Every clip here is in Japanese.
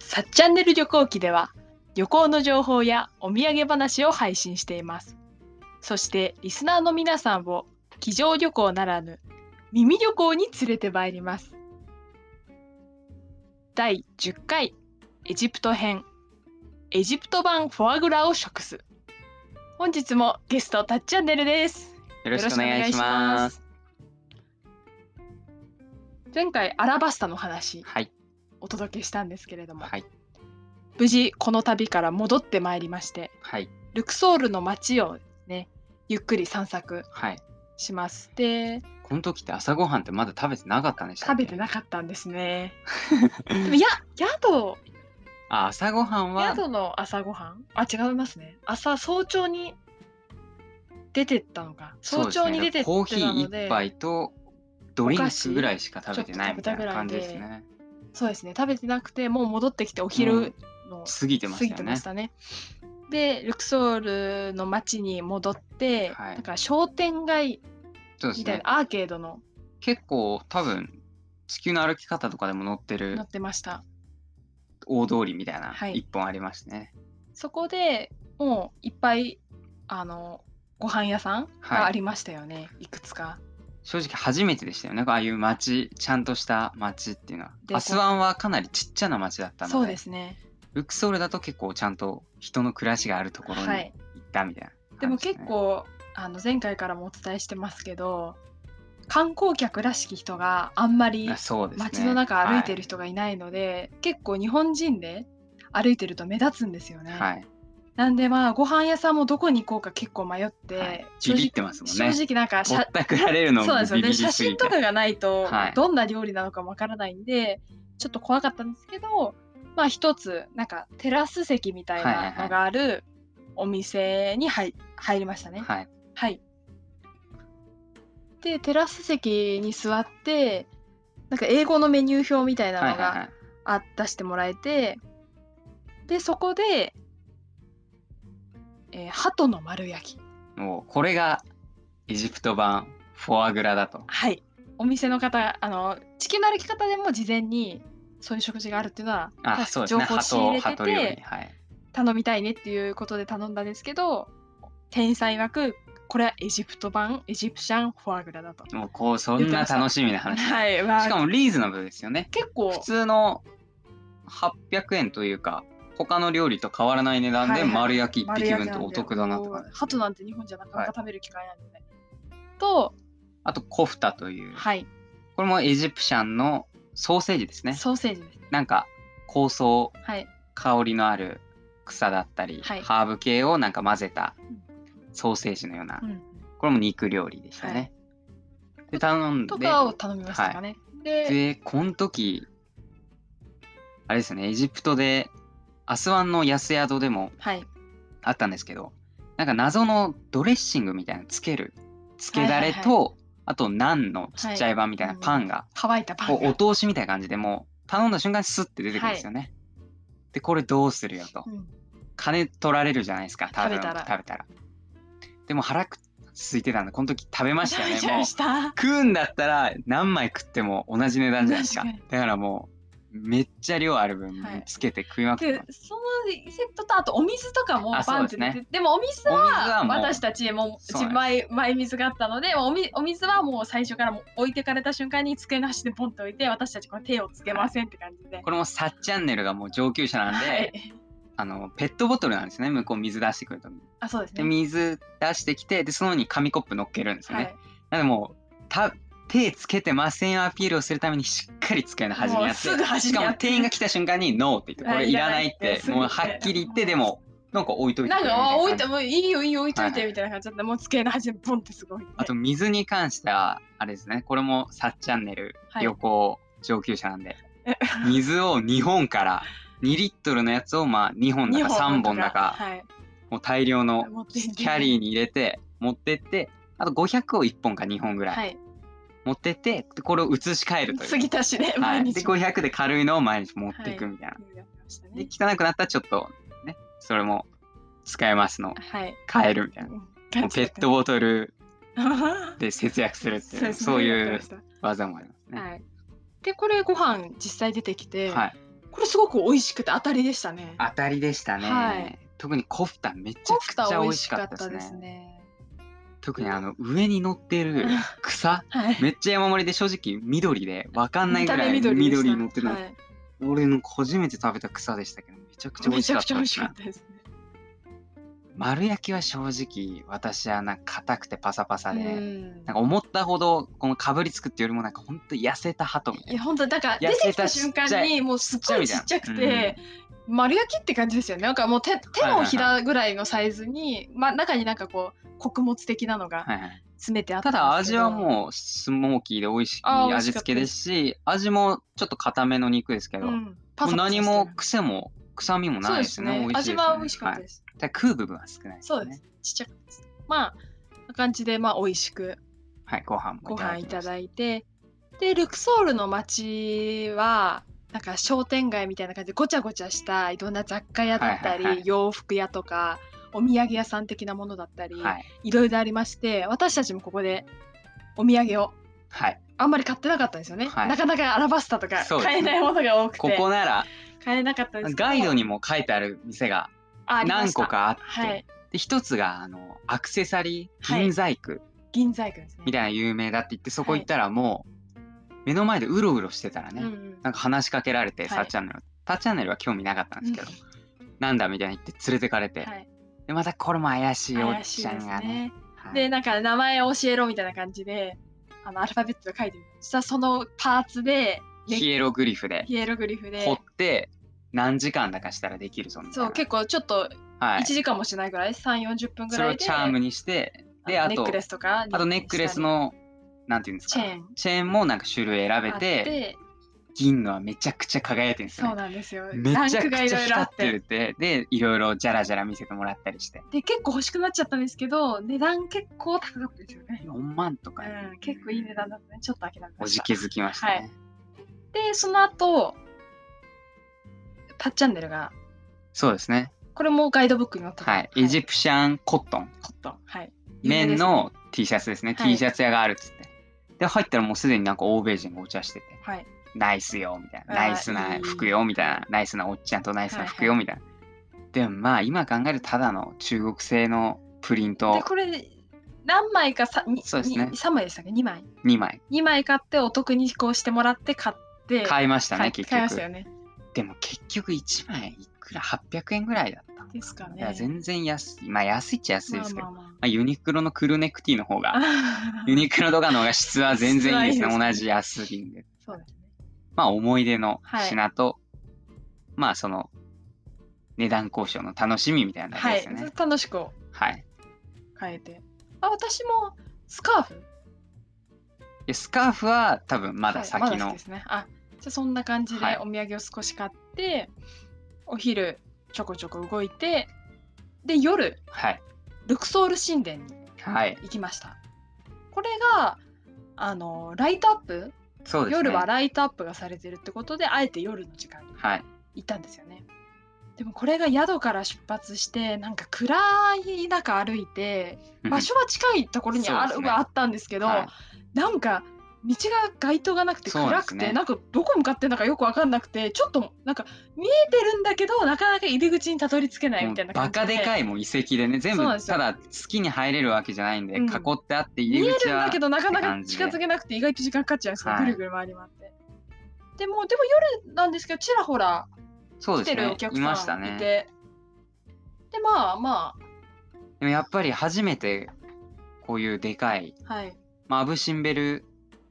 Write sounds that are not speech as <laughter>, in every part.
さっチャンネル旅行記では旅行の情報やお土産話を配信しています。そしてリスナーの皆さんを机上旅行ならぬ耳旅行に連れてまいります。第10回エジプト編エジプト版フォアグラを食す本日もゲストたっチャンネルです。よろしくお願いします。前回アラバスタの話はい、お届けしたんですけれども、はい、無事この旅から戻ってまいりましてはい、ルクソールの街をねゆっくり散策はい。しますでこの時って朝ごはんってまだ食べてなかったんでした食っけべてなかったんです <laughs> ねでもや宿あ、朝ごはんは宿の朝ごはんあ違いますね朝早朝に出てったのかそ早うですね朝に出てってコーヒたのでー一杯とドリンクぐらいしか菓子食べてないみたいな感じですね。そうですね食べてなくてもう戻ってきておうん昼の過ぎてま過しぎたてよねまし。たね。でルクソールの町に戻って、はいなんか商店街そうですみたいね。なアーケードの結構多分地球の歩き方とかでも載ってる乗ってました。大通りみたいなはい一本ありましたね。そこでもういっぱいあのご飯屋さんはいがありましたよね、い、くつか。正直初めてでしたよね。ああいう街、ちゃんとした街っていうのは。でアスワンはかなりちっちゃな街だったので。そうですね。ルクソールだと結構ちゃんと人の暮らしがあるところには行い。ったみたいなでも感じすね、結構あの前回からもお伝えしてますけど観光客らしき人があんまりあそうです、ね、街の中歩いてる人人がいないので、結構日本人で歩いてると目立つんですよね。はい、はいなんでまあご飯屋さんもどこに行こうか結構迷って、はい正ビ直ビってますもん正ね直なんかぼ写ったくられるのそうなんもですよビビねり写すぎ真てとかがないとはいどんな料理なのかもわからないんで、ちょっと怖かったんですけどまあ一つなんかテラス席みたいなのがあるお店に入入りましたね。はい、はいでテラス席に座ってなんか英語のメニュー表みたいなはいのはいはがいあ出してもらえてでそこで、えー、鳩の丸焼きもうこれがエジプト版フォアグラだとはいお店の方あの地球の歩き方でも事前にそういう食事があるっていうのはあ確かそうです情ね報を仕入れて鳩料理てはい頼みたいねっていうことで頼んだんですけど店員さん曰くこれはエジプト版エジプシャンフォアグラだと。もうこうそ言っんてまなした楽しみな話、はい、まあしかもリーズナブルですよね結構普通の800円というか他の料理と変わらない値段はいではい丸焼き1丸匹焼きな分とんおで得だなって感じですね鳩なんて日本じゃなかなはかい食べる機会なんでね。と、あとコフタというはい、これもエジプシャンのソーセージですね。ソーセージですね。なんか香草はい、香りのある草だったり、はいハーブ系をなんか混ぜたんソーセージのような、うん、これも肉料理でしたね。で頼んでとかを頼みましたかね。で、でこの時あれですねエジプトでアスワンの安宿でもはい、あったんですけどなんか謎のドレッシングみたいなつけるつけだれと、はいはあとナンのちっちゃい版みたいなパンが、乾いたパンこうが。お通しみたいな感じでもう頼んだ瞬間にスッて出てくるんですよね。でこれどうするよとうん金取られるじゃないですか食べたら食べたらでも腹く空いてたんでこの時食べましたよね食べちゃいもうました。食うんだったら何枚食っても同じ値段じゃないですか確かだからもうめっちゃ量ある分はいつけて食いまくっ <laughs> てでまそのセットとあとお水とかもあバンって出てそうでもお水お水ははもう私たちもうそうなんで前す前水があったのでおみお水はもう最初からもう置いてかれた瞬間に机の端でポンと置いて私たちこれ手をつけませんって感じで。すこれもサッチャンネルがもう上級者なんで、はい、あのペットボトルなんですね向こう水出してくるとあそうですでね。水出してきてでその上に紙コップ乗っけるんですよはね、い、なんでもうた手つけてませんアピールをするためにしっかり机の端にやってもうすぐ端にやってしかも店員が来た瞬間に「ノー」って言って「こはれいいらない」っいらないっててすぐもうはっきり言ってでもなんか置いといてなんくれかるみあたいな置いてもういいよいいよ置いといはいはていみたいな感じだったもう机の端にポンってすごいて。あと水に関してはあれですねこれも「さっチャンネルはい旅行上級者なんで、え水を2本から2リットルのやつをまあ2本だ二か3本だか、はい、もう大量の持ってキ行ってャリーに入れて持ってってあと500を1本か2本ぐらい、はい、持ってってでこれを移し替えるという継ぎ足し <laughs> では毎い、日、で500で軽いのを毎日持っていくみたいな、やってましたでね。汚くなったらちょっとねそれも使えますのはい。買えるみたいなうんもうペットボトルガチで節約するっていうでそすうねいやってうました技もありますねはい、でこれご飯実際出てきて、はい、これすごく美味しくて当たりでしたね。当たりでしたね、はい特にコフタめちゃコくフちタゃ美美味味ししかかっったたでですすねね。特にあの上に乗って <laughs> る草 <laughs> はい。めっちゃ山盛りで正直緑で分かんない見ぐたら目い緑でした緑に乗ってるの、はい俺の初めて食べた草でしたけどめちゃくちゃ美め味しちゃかくっちゃた美で味しすかねったですね。丸焼きは正直私はなんか硬くてパサパサで、うんなんか思ったほどこのかぶりつくっていうよりもなんかほんと痩せた鳩みたいいや本当だから出痩てせきたた瞬ちっち間ゃにもうすっごいちっちゃくちっちゃいみたいて、丸焼きって感じですよねなんかもう手手のひはいらぐらいのサイズに、まあ、中になんかこう穀物的なのがな、はいはい、詰めてあったたんですけどだ味はもうスモーキーで美味しいあー美味し味かった付けですし味もちょっと固めの肉ですけど、うもん、パうサパサして何るも癖も臭みもないですねそう美味し味いですねは美味しかったはいです、ただ食う部分は少ないですねそうですちっちゃかったですまあこんな感じでまあ美味しくはいご飯もご飯いたいだいてでルクソールの街はなんか商店街みたいな感じでごちゃごちゃしたいろんな雑貨屋だったり、はいはいはい洋服屋とかお土産屋さん的なものだったてり、ますはいいろいろありまして私たちもここでお土産をはいあんまり買ってなかったんですよね、はいなかなかアラバスタとかそうです買えねないものが多くて、ここなら買えなかったんですけどガイドにも書いてある店があありま何した個かあってはいで一つがあのアクセサリーはい銀細工銀細工ですねみたいな有名だって言ってそこ行ったらもう目の前でうろうろしてたらね、うんうんなんか話しかけられて、はいサーチャンネルタッチャンネルは興味なかったんですけど、なんだみたいに言って連れてかれて、はい、でまたこれも怪しいおっ怪しいちゃでんすがね。ねはいでなんか名前を教えろみたいな感じであのアルファベットを書いてみた実はそのパーツでねヒエログリフでヒエログリフで掘って何時間だかしたらできるぞみたいなそう結構ちょっとは1い、時間もしないぐらい、3 4 0分ぐそれらをいでチャームにしてでああのネッとクレスとかあとネックレスのなんていうんですかチェーンチェーンもなんか種類選あべって銀のはめちゃくちゃ輝いてるんですそようね。なんですよめランちゃクくがいちゃろいろあ光っっててるってでいろいろジャラジャラ見せてもらったりしてで結構欲しくなっちゃったんですけど値段結構高かったですよね、 4万とか、うん、結構いい値段だったねちょっと諦めまおしじたけづきましたね。はいでその後タッチャンネルがそうですね。これもガイドブックに載ってたはい。エジプシャンコットン。コットンはい綿の T シャツですね。はい T シャツ屋があるっつって。で、入ったらもうすでになんか欧米人がお茶してて、はいナイスよ、みたいな。あーナイスないい服よ、みたいな。ナイスなおっちゃんとナイスな服よ、はみたいな。でもまあ、今考えるただの中国製のプリントでこれ何枚かさにそうですねに3枚でしたっけ2枚2枚2枚買ってお得にこうしてもらって買って買いました買ね、い結買いましたよ局。ねでも結局1枚いくら ?800 円ぐらいだった。ですかねいや、全然安い。まあ、安いっちゃ安いですけど。まあままあまあ、ユニクロのクルーネックティーの方があ <laughs> あユニクロとかの方が質は全然いいです質 <laughs> はいね。い同ですじ安いんで。そうですねまあ思い出のはい品と、まあその値段交渉の楽しみみたいな感はじいですよね。楽しくはい。い変えてあ私もスカーフやスカーフは多分まだはい先まの、だですねあじゃあそんな感じではいお土産を少し買って、お昼ちょこちょこ動いてで夜はい。ルクソール神殿にはい。行きましたこれがあのライトアップ、そうですね。夜はライトアップがされてるってことであえて夜の時間にはい。行ったんですよねでもこれが宿から出発してなんか暗い中歩いて場所は近いところにあそうでする、ねはあったんですけけど、なんか道が街灯がなくてそうで暗くすて、ねなんかどこ向かってんだかよくわかんなくてちょっとなんか見えてるんだけどなかなか入り口にたどり着けないみたいなバ感じでカでかいもう遺跡でね全そう部なんですよただ月に入れるわけじゃないんで、うん囲ってあって見え入るりん口はだけどなかなっかて感じ近でづけなくて意外と時間かかっちゃうんですよ、はいぐるぐる回り回ってでもでも夜なんですけどちらほらそう来ですてるねお客いましさたんいてね。でまあまでもやっぱり初めてこういうでかいあはいまあ、アブ・シンベル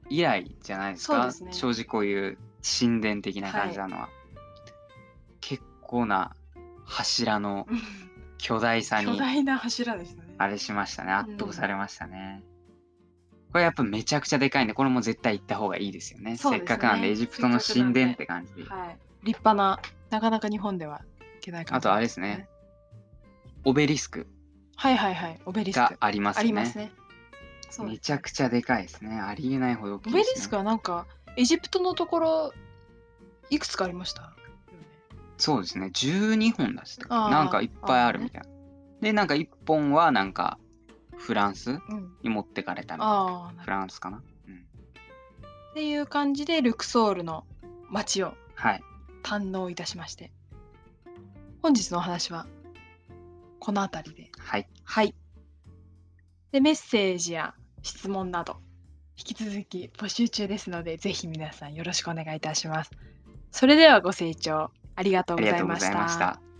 以来じゃないですそうかですね正直こういう神殿的な感じなのは、結構な柱の巨大さ巨に大な柱ですねあれしましたねうん圧倒されましたね、これやっぱめちゃくちゃでかいんでこれも絶対行った方がいいですよねそうせですねっかくなんでエジプトの神殿って感じ、はい、立派ななかなか日本ではいけない感あじとあれですねオベリスクはいはいはいオベリスクがありますあよりねますねそうめちゃくちゃでかいですねありえないほど大きオいベでリす、ね、スクはなんかエジプトのところいくつかありましたそうですね12本だしとあかーなんかいっぱいあるみたいな、でなんか1本はなんかフランスうんに持ってかれたみたいなああなるほどフランスかなうんっていう感じでルクソールの街をはい堪能いたしまして本日のお話はこの辺りではい。はいでメッセージや質問など引き続き募集中ですのでぜひ皆さんよろしくお願いいたしますそれではご清聴ありがとうあごりざいがとうごまざしいましたた。